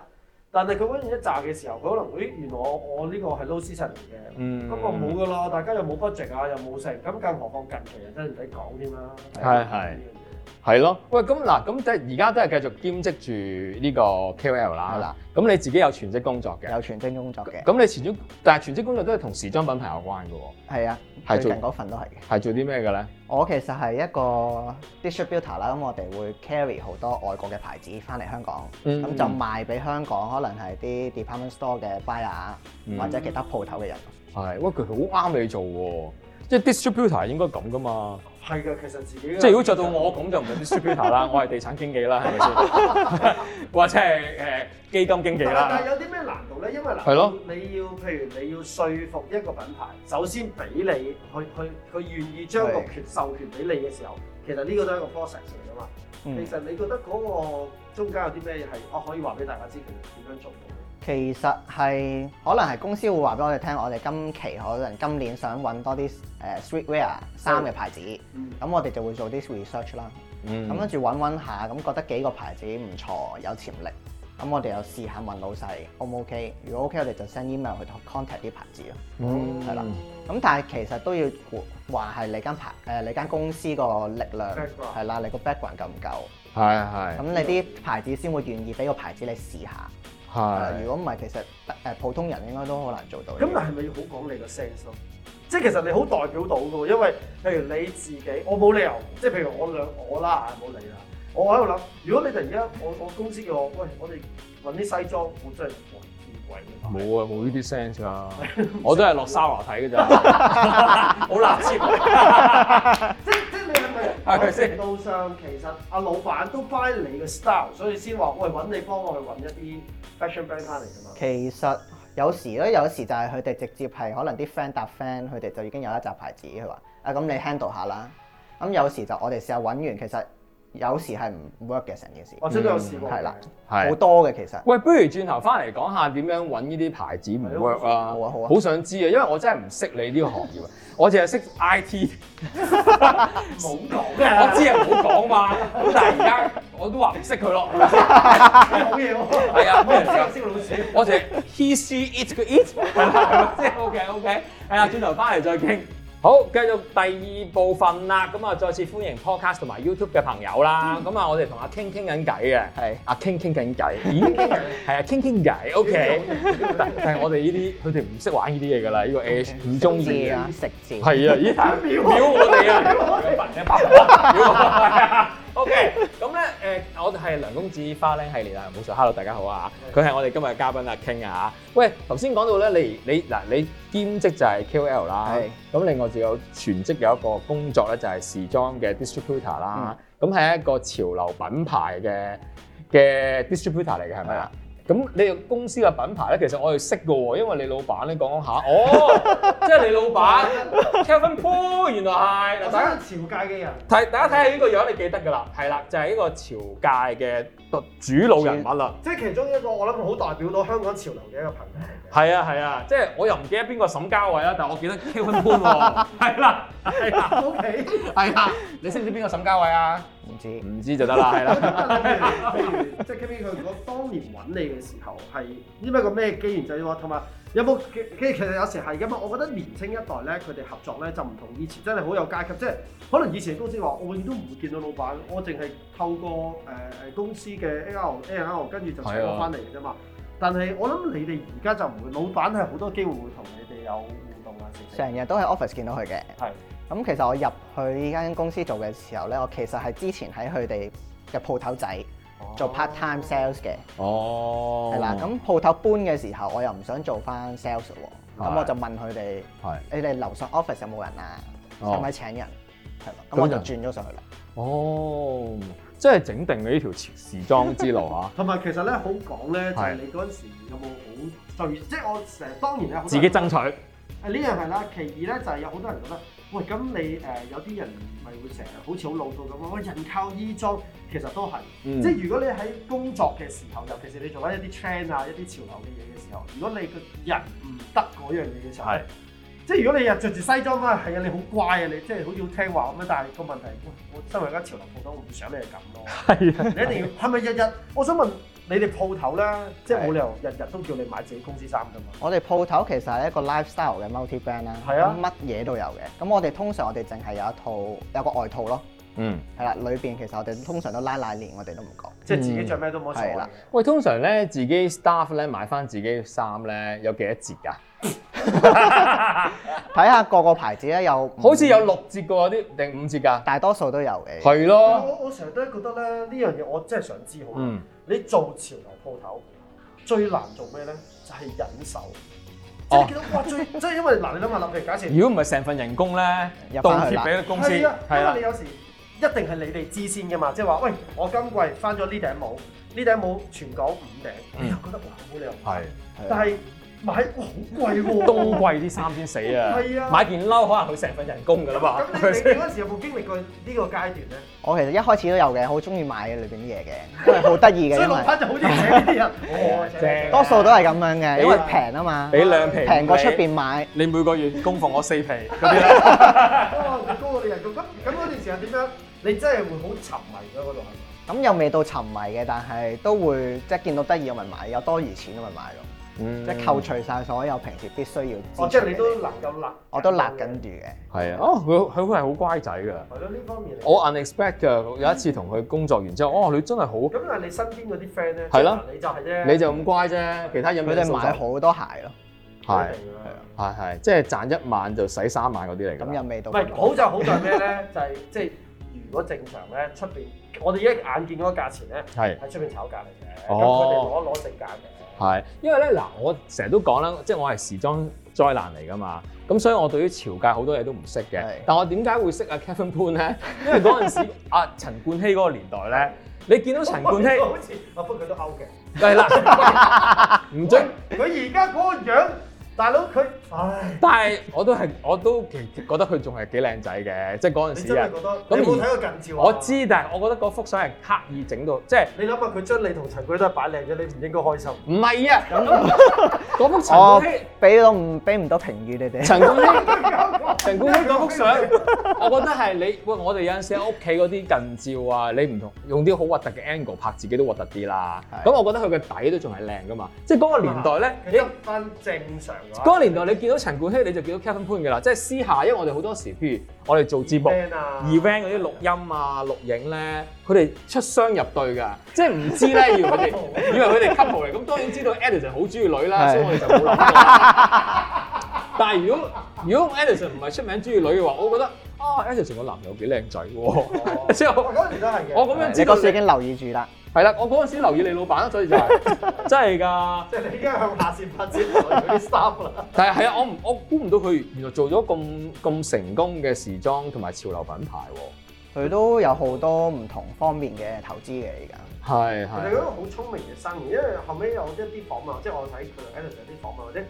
S3: 但係佢揾完一紮嘅時候，佢可能誒原來我我呢個係 low season 嚟嘅，
S2: 嗯
S3: 咁我冇㗎啦，大家又冇 budget 啊，又冇成，咁更何況近期啊，真係唔使講添啦。
S2: 係係
S1: 係咯，
S2: 喂，咁嗱，咁即係而家都係繼續兼職住呢個 KOL 啦。
S4: 係啦，
S2: 咁你自己有全職工作嘅，
S4: 有全職工作嘅，
S2: 咁你全職，但係全職工作都係同時裝品牌有關嘅喎，
S4: 係啊，
S2: 係
S4: 最
S2: 做
S4: 近嗰份都係嘅。
S2: 係做啲咩嘅咧？
S4: 我其實係一個 distributor 啦，咁我哋會 carry 好多外國嘅牌子翻嚟香港，咁、
S2: 嗯
S4: 就賣俾香港可能係啲 department store 嘅 buyer、啊
S2: 嗯
S4: 或者其他鋪頭嘅人。
S2: 係，喂，佢好啱你做喎，即係 distributor 應該咁噶嘛，
S3: 係嘅，其實自己
S2: 即係如果着到我啊咁就唔係 distributor 啦，我係地產經紀啦，係咪先？ 或者係誒基金經紀
S3: 但但係
S2: 啦，
S3: 有啲咩難度咧？因為
S2: 係咯
S3: 嗱，你要譬如你要說服一個品牌，首先俾你去去佢願意將個
S4: 係
S3: 權授權俾你嘅時候，其實呢個都係一個 process 嚟㗎嘛。
S4: 嗯
S3: 其實你覺得嗰個中間有啲咩係我可以話俾大家知其實點樣做到？
S4: 其實係可能係公司會話俾我哋聽，我哋今期可能今年想揾多啲誒、呃 streetwear 衫嘅牌子，咁、
S3: 嗯
S4: 我哋就會做啲 research 啦。咁
S2: 嗯
S4: 跟，住揾揾下，咁覺得幾個牌子唔錯，有潛力，咁我哋又試下問老細 O 唔 OK？如果 OK，我哋就 send email 去 contact 啲牌子咯，嗯係啦、咁但係其實都要估話係你間牌誒、你間公司個力量
S3: Background
S4: 係啦，你個 background 夠唔夠？
S2: 係係
S4: 咁你啲牌子先會願意俾個牌子你試下。係啦
S2: 係
S4: 如果唔係，其實誒普通人應該都好難做到呢啲。
S3: 咁但係咪要好講你個 sense 咯？即係其實你好代表到嘅喎，因為譬如你自己，我冇理由，即係譬如我兩我啦，唉冇理啦。我喺度諗，如果你突然間我我公司叫我，喂，我哋揾啲西裝，我真係冇見鬼嘅。
S2: 冇啊，冇呢啲 sense 啊，我都係落沙華睇嘅 咋，好難 接。
S3: 即即係你 係咪
S2: 係咪
S3: 某
S2: 先
S3: 程度上其實阿老闆都 buy 你嘅 style，所以先話喂揾你幫我去揾一啲 fashion brand 翻嚟㗎嘛。
S4: 其實有時咧，有時就係佢哋直接係可能啲 friend 搭 friend，佢哋就已經有一紮牌子，佢話啊咁你 handle 下啦。咁有時就我哋試下揾完，其實有時係唔 work 嘅成件事，嗯
S3: 我真都有試過。
S4: 係啦，
S2: 係
S4: 好多嘅其實。
S2: 喂，不如轉頭翻嚟講下點樣揾呢啲牌子唔 work 啊？
S4: 好啊好啊
S2: 想知啊，因為我真係唔識你呢個行業啊，我淨係識 IT。
S3: 冇講
S2: 我
S3: 嘅，
S2: 知啊，唔好講嘛。咁但係而家我都話唔識佢咯，係咪先
S3: 好嘢喎。
S2: 係啊咩嚟㗎
S3: 我識個老鼠。
S2: 我淨係 he she it 佢 it 係啦，係咪先？OK OK，係啦，轉頭翻嚟再傾。好，繼續第二部分啦。咁啊，再次歡迎 Podcast 同埋 YouTube 嘅朋友啦。咁啊，我哋同阿 King 傾緊偈嘅。
S4: 係
S2: 阿傾傾緊 偈，咦？係啊，傾傾偈，OK。但但係我哋呢啲，佢哋唔識玩呢啲嘢㗎啦，呢個 H 唔中意
S4: 字
S2: 啊
S4: 啊。，食字。
S2: 係啊，咦？
S3: 秒
S2: 秒我哋啊！一百秒 OK，咁 ờ, 咧誒，我哋係梁公子花靚系列啊，冇錯，Hello 大家好啊！佢係我哋今日嘅嘉賓啊，傾啊喂，頭先講到咧，你你嗱，你兼職就係 KOL 啦
S4: 係，
S2: 咁另外就有全職有一個工作咧，就係時裝嘅 distributor 啦，咁係一個潮流品牌嘅嘅 distributor 嚟嘅，係咪啊
S4: 係啊？
S2: 咁你個公司嘅品牌咧，其實我哋識嘅喎，因為你老闆咧講講下，哦，即係你老闆 Kevin Poo，原來係嗱，
S3: 我
S2: 大家
S3: 想潮界嘅人。
S2: 睇大家睇下呢個樣，你記得㗎啦，係啦，就係、呢個潮界嘅主腦人物啦。
S3: 即係其中一個我諗好代表到香港潮流嘅一個朋友嚟嘅。
S2: 係啊係啊，即係我又唔記得邊個沈嘉偉啦，啊但我記得 Kevin Poon 喎。係啦係啦
S3: O K，
S2: 係啦，你識唔識邊個沈嘉偉啊？
S4: 唔知。
S2: 唔知就得啦，係 啦。
S3: 譬如即係 Kimi 佢嗰當年揾你嘅時候係因為個咩機緣就要同埋有冇其其實有時係㗎嘛，我覺得年青一代咧佢哋合作咧就唔同以前真係好有階級，即係可能以前公司話我永遠都唔會見到老闆，我淨係透過誒誒、呃公司嘅 A R A R 跟住就請我翻嚟嘅啫嘛。但係我諗你哋而家就唔會，老闆係好多機會會同你哋有互動啊，成成
S4: 成日都喺 office 見到佢嘅。
S3: 係
S4: 咁其實我入去呢間公司做嘅時候咧，我其實係之前喺佢哋嘅鋪頭仔做 part time sales 嘅。
S2: 哦
S4: 係啦，咁鋪頭搬嘅時候，我又唔想做翻 sales 喎，
S2: 係
S4: 咁我就問佢哋：
S2: 係
S4: 你哋樓上 office 有冇人啊？
S2: 哦
S4: 使唔使請人？係啦，
S2: 咁
S4: 咁我就
S2: 就
S4: 轉咗上去啦。
S2: 哦，即係整定你呢條時裝之路啊！
S3: 同埋其實咧好講咧，就係
S2: 係
S3: 你嗰陣時有冇好最，即係我成日當然咧好 多
S2: 自
S3: 人
S2: 己爭取。
S3: 誒呢樣係啦，其二咧就係、有好多人覺得，喂咁你誒、有啲人咪會成日好似好老套咁喂人靠衣裝，其實都係，
S2: 嗯
S3: 即係如果你喺工作嘅時候，尤其是你做緊一啲 trend 啊、一啲潮流嘅嘢嘅時候，如果你個人唔得嗰樣嘢嘅時候
S2: 係
S3: 咧，即係如果你日着住西裝啊，係啊，你好乖啊，你即係好要聽話咁樣，但係個問題，喂，我身為一間潮流鋪頭，我唔想你係咁咯。
S2: 係啊，
S3: 你一定要係咪日日？我想問你哋鋪頭咧，即係
S4: 係
S3: 冇理由日日都叫你買自己公司衫㗎嘛？
S2: 嗯
S4: 我哋鋪頭其實係一個 lifestyle 嘅 multi brand 啦，
S3: 係啊
S4: 咁乜嘢都有嘅。咁我哋通常我哋淨係有一套有個外套咯，
S2: 嗯。
S4: 係啦，裏邊其實我哋通常都拉拉鏈，我哋都唔講。
S3: 即係自己着咩都冇所
S4: 係
S3: 謂
S4: 啦。
S2: 喂，通常咧自己 staff 咧買翻自己衫咧有幾多折㗎？
S4: 睇下個個牌子咧有唔，
S2: 好似有六折㗎喎，啲定五折㗎？
S4: 大多數都有嘅。
S2: 係咯，
S3: 我我成日都覺得咧呢樣嘢，我真係想知好。
S2: 嗯，
S3: 你做潮流鋪頭最難做咩咧？就係忍手。即係
S2: 哦
S3: 你見到哇，最 即係因為嗱，你諗下諗，譬如假設
S2: 如果唔係成份人工咧
S4: 入
S2: 倒
S4: 返去啦
S2: 貼俾公司，
S3: 係啊，
S2: 係
S3: 因
S2: 啦
S3: 為你，有時一定係你哋知先嘅嘛，即係話喂，我今季翻咗呢頂帽，呢頂帽全港五頂，
S2: 嗯
S3: 你又覺得哇冇理由，
S2: 係
S3: 但係買哇好貴喎。
S2: 冬季啲衫先死啊！
S3: 係啊
S2: 買件褸可能佢成份人工㗎啦嘛，
S3: 咁你
S2: 係咪
S3: 你你
S2: 先？
S3: 嗰時有冇經歷過呢個階段咧？
S4: 我其實一開始都有嘅，好中意買裏邊啲嘢嘅，因為好得意嘅，
S3: 所以
S4: 因
S3: 老
S4: 為
S3: 闆就好中意請呢啲人，哦請
S2: 正
S4: 多數都係咁樣嘅，因為平啊嘛，
S2: 俾兩皮五厘
S4: 平過出邊 買。
S2: 你每個月供奉我四皮 嗰啲咧，
S3: 哦，你高過你人工，咁咁嗰段時間點樣？你真係會好沉迷嘅嗰度係。
S4: 咁又未到沉迷嘅，但係都會即係見到得意我咪買，有多餘錢我咪買咯，
S2: 嗯
S4: 即係扣除晒所有平時必須要支出
S3: 哦，即係你
S4: 嘅
S3: 都
S4: 嘢
S3: 能夠勒，
S4: 我都勒緊住嘅。
S2: 係啊，哦，佢佢佢係好乖仔㗎。
S3: 係咯，呢方面嚟
S2: 我 unexpect 嘅，有一次同佢工作完之後，哦，你真係好，
S3: 咁但係你身邊嗰啲 friend 咧，
S2: 係啦
S3: 嗱你就係啫，
S2: 你就咁乖啫，其他人
S4: 佢哋買好多鞋咯，
S2: 係
S3: 一定㗎啦
S2: 係係，即係賺一晚就使三晚嗰啲嚟㗎
S4: 咁
S2: 啦。
S4: 又未到
S3: 唔
S4: 咁
S3: 係
S4: 高。
S3: 好就好在咩咧？就係即係如果正常咧，出邊我哋一眼見嗰個價錢咧，
S2: 係
S3: 喺出邊炒價嚟嘅，咁佢哋
S2: 哦
S3: 攞攞正價嘅。
S2: 係，因為咧嗱，我成日都講啦，即係我係時裝災難嚟㗎嘛，咁所以我對於潮界好多嘢都唔識嘅
S4: 係。
S2: 但我點解會識阿 Kevin Poon 咧？因為嗰陣時阿陳冠希嗰個年代咧，你見到陳冠希
S3: 好似啊，不過佢都 out 嘅。
S2: 係啦， 唔準。
S3: 佢而家嗰個樣，大佬佢，唉，
S2: 但係我都係，我都其實覺得佢仲係幾靚仔嘅，即係嗰陣
S3: 你
S2: 時
S3: 真
S2: 啊
S3: 係。覺得
S2: 咁
S3: 你有冇
S2: 而
S3: 睇過近照啊？
S2: 我。知，但係我覺得嗰幅相係刻意整到，即係
S3: 你諗下佢將你同陳冠希都係擺靚咗，你唔應該開心。
S2: 唔係啊？嗰幅陳
S4: 我
S2: 冠
S3: 哦
S2: 希，
S4: 俾到唔俾唔到評語你哋，
S2: 陳冠希，陳冠希嗰幅相， 我覺得係你喂，我哋有陣時喺屋企嗰啲近照啊，你唔同用啲好核突嘅 angle 拍自己都核突啲啦。
S4: 係
S2: 咁我覺得佢嘅底都仲係靚噶嘛，即係嗰個年代咧，
S3: 佢
S2: 你
S3: 得翻正常嘅話
S2: 嗰個年代你見到陳冠希你就見到 Kevin Poon 嘅啦，即係私下，因為我哋好多時譬如我哋做節目。
S3: ，friend 啊
S2: event 嗰啲錄音啊、錄影咧，佢哋出雙入對㗎，即係唔知咧，以為佢哋以為佢哋 couple 嚟，咁當然知道 Edison 好中意女啦，
S4: 係
S2: 所以我哋就冇諗過。但係如果如果 Edison 唔係出名中意女嘅話，我覺得啊 "Ờ, Edison 個男朋友幾靚仔喎，即係
S3: 哦
S2: 我
S3: 嗰陣時都係嘅。
S2: 我咁樣
S4: 你
S2: 知道
S4: 嗰時已
S2: 你
S4: 經留意住啦。
S2: 係啦，我嗰陣時留意你老闆啦，所以就係真係㗎。
S3: 即係你已經向下線發展我哋嗰啲 staff 啦。
S2: 但係係啊，我唔我估唔到佢原來做咗咁咁成功嘅時裝同埋潮流品牌喎。
S4: 佢都有好多唔同方面嘅投資嘅而家。
S2: 係
S3: 佢哋嗰個好聰明嘅生意，因為後尾有一啲訪問，即係我睇佢喺度有啲訪問，或者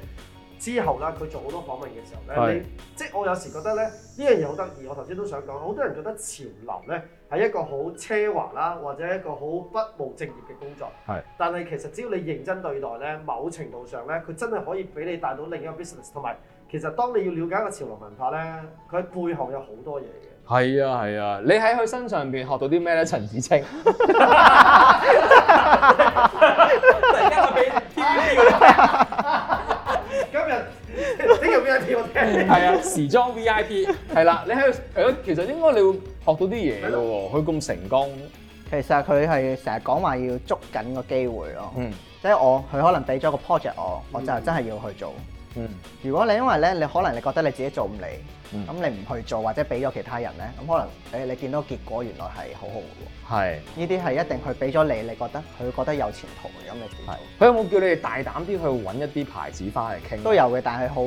S3: 之後啦，佢做好多訪問嘅時候
S2: 係
S3: 咧，你即係我有時覺得咧，呢樣嘢好得意。我頭先都想講，好多人覺得潮流咧係一個好奢華啦，或者一個好不務正業嘅工作。
S2: 係，
S3: 但係其實只要你認真對待咧，某程度上咧，佢真係可以俾你帶到另一個 business，同埋其實當你要了解一個潮流文化咧，佢喺背後有好多嘢嘅。
S2: 係啊係啊，你喺佢身上邊學到啲咩咧？陳子清，突然間我俾 TVB 嗰啲，
S3: 今日呢個 VIP 我 聽。
S2: 係啊，時裝 VIP 係啦，你喺佢係咯，其實應該你會學到啲嘢嘅喎，佢咁成功，
S4: 其實佢係成日講話要捉緊個機會咯，
S2: 嗯
S4: 即係我佢可能俾咗個 project 我，我就真係要去做。
S2: 嗯，
S4: 如果你因為咧，你可能你覺得你自己做唔嚟，咁、
S2: 嗯
S4: 你唔去做或者俾咗其他人咧，咁可能誒你見到結果原來係好好嘅
S2: 係。
S4: 喎。呢啲係一定佢俾咗你，你覺得佢覺得有前途嘅，咁你點做？
S2: 佢有冇叫你哋大膽啲去揾一啲牌子翻嚟傾？啊
S4: 都有嘅，但係好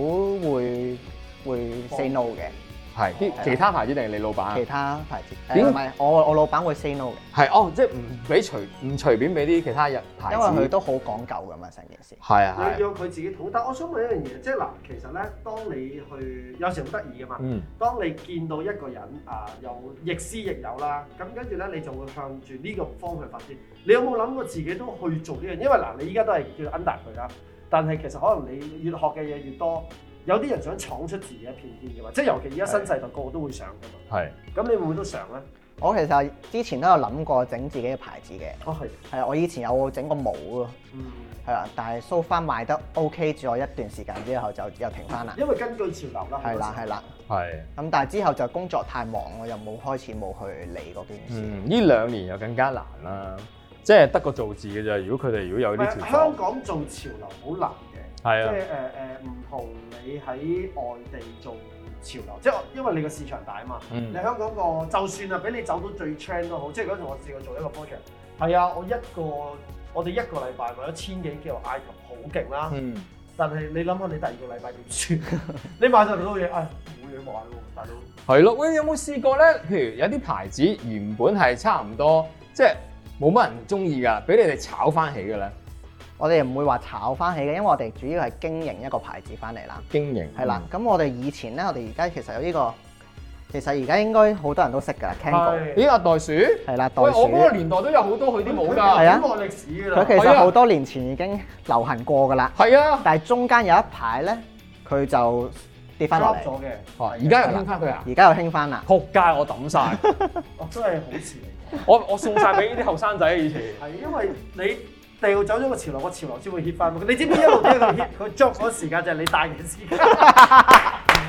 S4: 會會 say no 嘅。
S2: 係啲其他牌子定係你老闆
S4: 其？他牌子
S2: 啊點
S4: 誒唔係我我老闆會 say no 嘅，
S2: 係哦，即係唔俾隨唔隨便俾啲其他日牌子。
S4: 因為佢都好講究噶嘛成件事。
S2: 係啊
S3: 要
S2: 係啊，
S3: 讓佢自己討。但我想問一樣嘢，即係嗱，其實咧，當你去有時好得意嘅嘛。
S2: 嗯
S3: 當你見到一個人啊，有亦師亦友啦，咁跟住咧，你就會向住呢個方向發展。你有冇諗過自己都去做呢樣？因為嗱，你依家都係叫 under 佢啦，但係其實可能你越學嘅嘢越多，有啲人想闖出自己嘅偏見嘅嘛。即係尤其而家新世代個個都會想嘅嘛。
S2: 係
S3: 咁你會唔會都想咧？
S4: 我其實之前都有諗過整自己嘅牌子嘅，
S3: 哦，係，
S4: 係啊我以前有整個帽咯，
S3: 嗯，
S4: 係啦，但係 so far 賣得 OK 咗一段時間之後就又停翻啦，
S3: 因為根據潮流啦，
S4: 係啦係啦。
S2: 係。
S4: 咁但係之後就工作太忙，我又冇開始冇去理嗰件事。
S2: 嗯，呢兩年又更加難啦，即係得個造字嘅啫。如果佢哋如果有
S3: 好
S2: 呢
S3: 多時
S2: 條
S3: 候，啊香
S2: 數，
S3: 港做潮流好難嘅。
S2: 係
S3: 即
S2: 啊，
S3: 係誒誒唔同你喺外地做潮流，即係我因為你個市場大啊嘛。
S2: 嗯
S3: 你香港個就算啊，俾你走到最 trend 都好，即係嗰陣我試過做一個 project，係啊，我一個我哋一個禮拜賣咗千幾叫 item，好勁啦。
S2: 嗯，
S3: 但係你諗下，你第二個禮拜點算？你買晒咁多嘢，唉、冇嘢買喎，大佬。
S2: 係咯。喂，有冇試過咧？譬如有啲牌子原本係差唔多，即係冇乜人中意㗎，俾你哋炒翻起嘅咧，
S4: 我哋唔會話炒翻起嘅，因為我哋主要係經營一個牌子翻嚟啦。
S2: 經營
S4: 係啦，咁我哋以前咧，我哋而家其實有呢、個，其實而家應該好多人都識㗎啦，Kango
S2: 咦，阿袋鼠，喂，
S4: 係啦，袋
S2: 我嗰個
S4: 鼠，
S2: 年哎代都有好多佢啲冇
S4: 係
S2: 㗎，
S4: 啊
S3: 咁我歷史㗎啦。
S4: 佢其實好多年前已經流行過㗎啦，
S2: 係啊，
S4: 但係中間有一排咧，佢就跌翻落
S3: 翻
S4: 嚟，
S3: 咗嘅，
S2: 哦而家又興翻佢啊，
S4: 而家又興翻啦。
S2: 仆街，我抌晒，
S3: 哦真係好事嚟
S2: 我我送晒俾呢啲後生仔啊以前。
S3: 嘅，係因為你掉走咗個潮流，個潮流先會 hit 翻。你知唔知一路俾佢 hit，佢 job 嗰時間就係你帶嘅時間。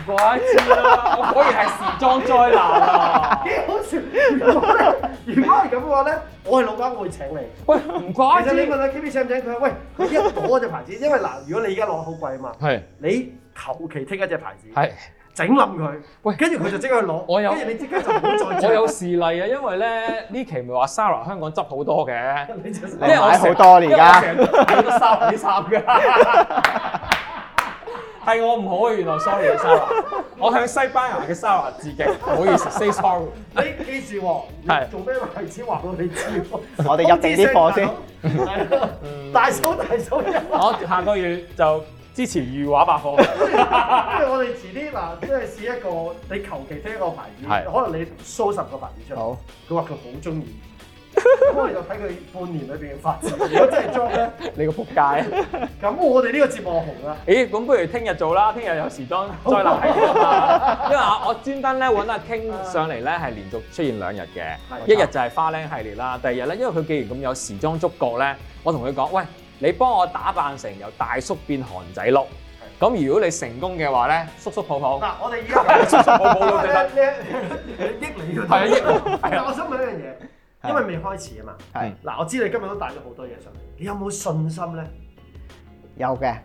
S2: 怪知啦，我果然係時裝災難啊！
S3: 幾好笑！如果呢如果係咁嘅話咧，我係老闆，我會請你。
S2: 喂，唔
S3: 其
S2: 怪
S3: 實
S2: 之
S3: 你問下 Kimi 請唔請佢？喂，佢一攞隻牌子，因為嗱，如果你而家攞好貴啊嘛，
S2: 係
S3: 你求其剔一隻牌子，
S2: 係。
S3: 整冧佢，
S2: 喂
S3: 跟住佢就即刻去攞，
S2: 我有
S3: 跟住你即刻就唔好再
S2: 我
S3: 著
S2: 有事例啊，因為咧呢期咪話 Sarah 香港執好多嘅，
S3: 你就
S4: 因為我買
S2: 成
S4: 好多啦而家
S2: 因為我成日都三比三㗎。係我唔好啊，原來 sorry Sarah，我向西班牙嘅 Sarah 致敬，唔好意思，say sorry。
S3: 你記住喎，
S2: 係
S3: 你做咩牌子話我哋知喎？
S4: 我哋入定啲貨先
S3: 係啊 大嫂大嫂一話
S2: 我下個月就支持裕華百貨。
S3: 因為我哋遲啲嗱，即係試一個你求其聽一個牌子，
S2: 係
S3: 可能你 show 十個牌子出嚟，
S4: 好，
S3: 佢話佢好中意，咁我哋就睇佢半年裏邊嘅發展。如果真係 job 咧，
S2: 你個仆街！
S3: 咁我哋呢個節目紅啦，
S2: 咦，咁不如聽日做啦，聽日有時裝再難睇 啲啊嘛因為我我專登咧揾阿 King 上嚟咧係連續出現兩日嘅，
S3: 係
S2: 一日就係花靚系列啦，第二日咧因為佢既然咁有時裝觸覺咧，我同佢講：喂，你幫我打扮成由大叔變韓仔碌，咁如果你成功嘅話咧，叔叔抱 抱，
S3: 嗱我哋而
S2: 叔
S3: 家
S2: 叔抱抱都
S3: 因
S2: 得。
S3: 為咧， 你益你要
S2: 係啊益我係啊
S3: 但我想問一樣嘢，因為未開始啊嘛。
S4: 係
S3: 嗱，我知你今日都帶咗好多嘢上嚟，你有冇信心咧？
S4: 有嘅，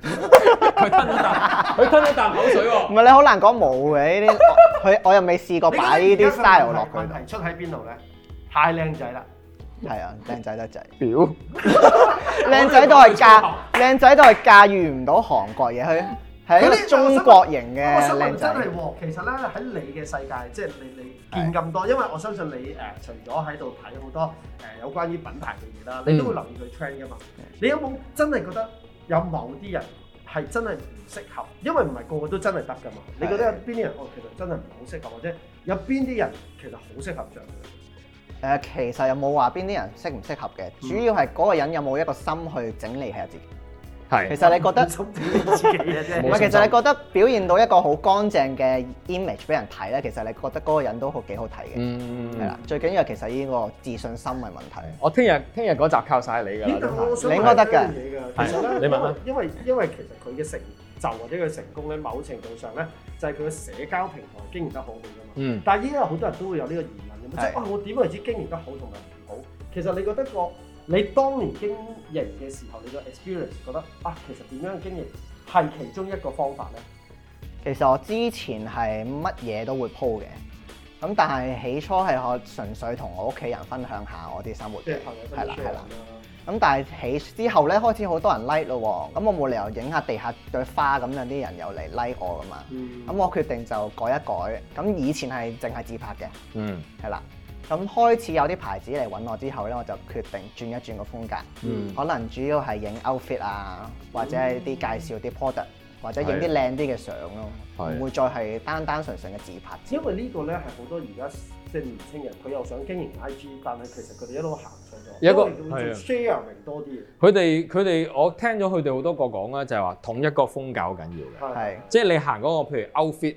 S2: 佢吞咗啖，佢吞咗啖口水
S4: 唔
S2: 喎。
S4: 係你好難講冇嘅呢啲， 我佢我又未試過擺呢啲 style 落佢
S3: 問
S4: 度。
S3: 題出喺邊度咧？太靚仔啦！
S4: 係啊，靚仔得滯，
S2: 屌！
S4: 靚仔都係駕，靚仔都係駕馭唔到韓國嘢，佢係一個中國型嘅
S3: 我想
S4: 靚
S3: 問真
S4: 仔。
S3: 係喎，其實咧喺你嘅世界，即係你你見咁多，因為我相信你誒、除咗喺度睇好多誒、有關於品牌嘅嘢啦，
S4: 嗯
S3: 你都會留意佢 trend 噶嘛。你有冇真係覺得有某啲人係真係唔適合？因為唔係個個都真係得噶嘛。你覺得有邊啲人哦，其實真係唔好適合，或者有邊啲人其實好適合着佢？
S4: 誒、其實又冇話邊啲人適唔適合嘅，
S2: 嗯
S4: 主要係嗰個人有冇一個心去整理下自己。其
S2: 係
S4: 實你覺 得
S3: 心你自己嘅啫
S4: 唔
S2: 嗯冇。信
S4: 係，
S2: 心
S4: 其實你覺得表現到一個好乾淨嘅 image 俾人睇咧，其實你覺得嗰個人都好幾好睇嘅，
S2: 嗯
S4: 係啦、最緊要係其實呢個自信心係問題。
S2: 我聽日聽日嗰集靠晒你㗎啦
S3: 咦，但係我
S2: 真係。
S3: 想
S4: 你應該得㗎
S3: 問一樣嘢㗎。其實咧，
S2: 係你問啊啦
S3: 因為因為其實佢嘅成就或者佢成功咧，某程度上咧就係佢嘅社交平台經營得好好㗎嘛。
S2: 嗯，
S3: 但係依家好多人都會有呢個疑問嘅嘛，即
S4: 係
S3: 係啊，我點為之經營得好同埋唔好？其實你覺得個你當年經營嘅時候，你個 experience 覺得啊，其實點樣經營係其中一個方法咧？
S4: 其實我之前係乜嘢都會 po 嘅，咁但係起初係我純粹同我屋企人分享下我啲生活
S3: 即
S4: 嘅
S3: 係朋友，
S4: 係
S3: 分
S4: 啦
S3: share 啊
S4: 係
S3: 啦
S4: 啦。。咁但係起之後咧，開始好多人 like 咯喎，咁我冇理由影下地下朵花咁有啲人又嚟 like 我噶嘛。
S3: 嗯
S4: 咁我決定就改一改，咁以前係淨係自拍嘅，
S2: 嗯，
S4: 係啦。咁開始有啲牌子嚟揾我之後咧，我就決定轉一轉個風格，
S2: 嗯
S4: 可能主要係影 outfit 啊，或者係啲介紹啲 product，或者影
S2: 係
S4: 啲靚啲嘅相咯，
S2: 係
S4: 唔會再係單單純純嘅自拍。
S3: 因為呢個咧係好多而家即係年青人，佢又想經營 IG，但係其實佢哋一路行上咗，
S2: 有一個啊
S3: 因為佢會做 sharing 多啲嘅，
S2: 佢哋佢哋，我聽咗佢哋好多個講啦，就係話統一個風格好緊要嘅，
S4: 係
S2: 即係你行嗰個譬如 outfit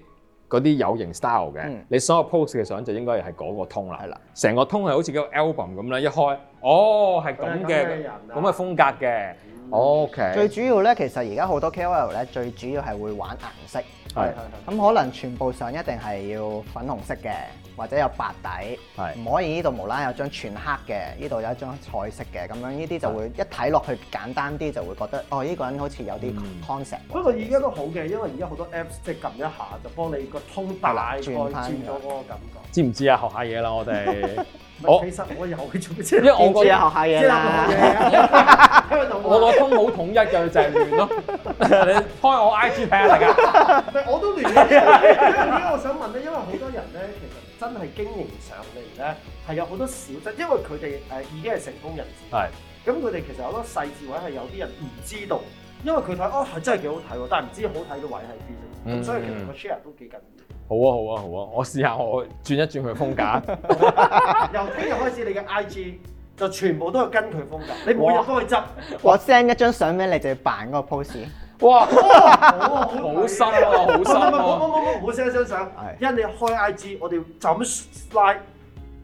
S2: 嗰啲有型 style 嘅，
S4: 嗯
S2: 你所有 pose 嘅相就應該係嗰個通啦
S4: 係。啦，
S2: 成個通係好似個 album 咁啦，一開哦係咁
S3: 佢係咁嘅
S2: 嘅
S3: 人啊
S2: 咁嘅風格嘅， OK，
S4: 嗯最主要咧，其實而家好多 KOL 咧，最主要係會玩顏色。
S2: 係
S4: 咁可能全部上一定係要粉紅色嘅，或者有白
S2: 係
S4: 底，唔可以呢度無啦啦有張全黑嘅，呢度有一張彩色嘅，咁樣呢啲就會一睇落去簡單啲，就會覺得哦，呢、個人好似有啲 concept
S3: 不
S4: 喎。
S3: 過而家都好嘅，因為而家好多 apps 即係撳一下就幫你個通大概轉
S4: 轉
S3: 咗
S4: 返
S3: 嗰個感覺。
S2: 知唔知啊？學下嘢啦，我 哋。
S3: 唔
S2: 我
S3: 係其實我有嘅做咩
S2: 因為我覺
S4: 知
S2: 得
S4: 啊，學下嘢啦。
S3: 啦，聽到
S2: 我
S3: 我
S2: 個通好統一嘅就係亂咯。 你開我 IG 睇下嚟噶。
S3: 我都亂嘅。因為我想問咧，因為好多人咧，其實真係經營上嚟咧，係有好多小則，因為佢哋誒已經係成功人士，
S2: 係
S3: 咁佢哋其實有好多細節位係有啲人唔知道，因為佢睇哦係真係幾好睇喎，但係唔知好睇嘅位喺邊，咁所以其實個 share 都幾緊要。
S2: 好啊好啊好啊！我試下我轉一轉佢風格。啊
S3: 由聽日開始，你嘅 IG 就全部都係跟佢風格，你每日都去執，
S4: 我 send 一張相俾你，就要扮嗰個 pose。
S2: 哇！
S3: 好
S2: 好深啊，好
S3: 唔係唔
S2: 深
S3: 係唔好
S2: 啊！
S3: 唔好唔好唔好 send 張相
S4: 係，
S3: 因你開 IG，我哋就咁 slide，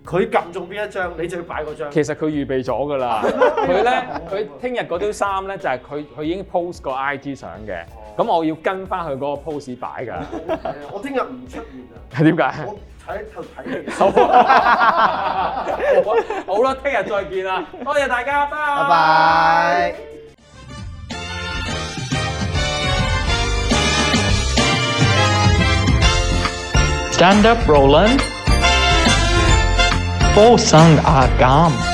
S3: 佢撳中邊一張，你就要擺嗰 張。
S2: 其實佢預備咗㗎啦，佢咧佢聽日嗰啲衫咧就係佢佢已經 post 個 IG 相嘅，
S4: 哦
S2: 咁我要跟翻佢嗰個 pose 擺㗎。
S3: 我聽日唔出現啊！
S2: 點解？
S3: 我睇喺度睇你。
S2: 好 啊，好啦，聽日再見啦，多謝大家，
S4: 拜拜。
S1: Stand up, Roland. Fosang agam.